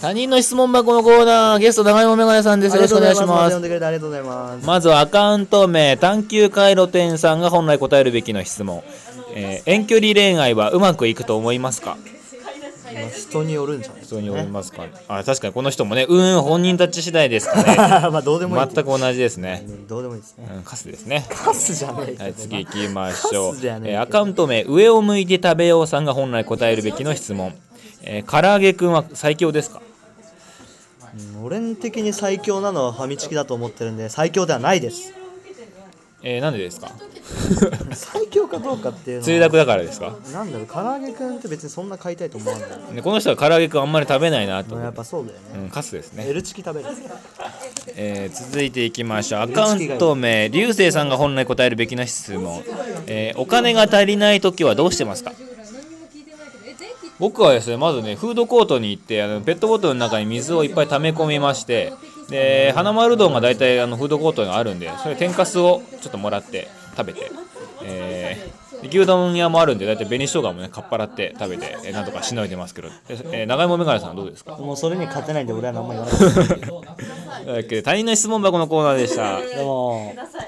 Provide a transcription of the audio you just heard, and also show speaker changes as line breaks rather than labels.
他人の質問箱のコーナー、ゲスト長山メガネさんです。よろしくお願いしま
あり
す
がとうございます呼ん。でくれてありがとうございます。
まずはアカウント名、探求回路店さんが本来答えるべきの質問。えー遠距離恋愛はうまくいくと思いますか
まあ人によるんじゃないです
そうに思いますか、あ、確かにこの人もね、うん、本人たち次第ですか ね。
か。 まあどうでもいい。
全く同じですね。
どうでもいいですね。
うん、カスですね。
カスじゃないけどな
はい、次行きましょう
カスじゃ。ねえけ
え
ど
ーアカウント名、上を向いて食べようさんが本来答えるべきの質問。えー、唐揚げくんは最強ですか
うん俺的に最強なのはファミチキだと思ってるんで最強ではないです。
えー、なんでです か
最強かどうかっていうのは。
墜落だからですか
なんだろう唐揚げくんって別にそんな買いたいと思わない。
ねこの人は唐揚げくんあんまり食べないなと
まあやっぱそうだよ
う
ね。
ん、カスですね、
L チキ食べる。
えー続いていきましょうアカウント名流星さんが本来答えるべきな質問、えーお金が足りない時はどうしてますか僕はですねまずねフードコートに行ってあのペットボトルの中に水をいっぱい溜め込みましてで花丸丼が大体あのフードコートにあるんでそれ天かすをちょっともらって食べて、えー牛丼屋もあるんで大体紅生姜もねかっぱらって食べて、えーなんとかしのいでますけど、えー、長芋メガネさんはどうですか
もうそれに勝てな いんで俺は何も言わない。
というわけで他人の質問箱のコーナーでした。
でも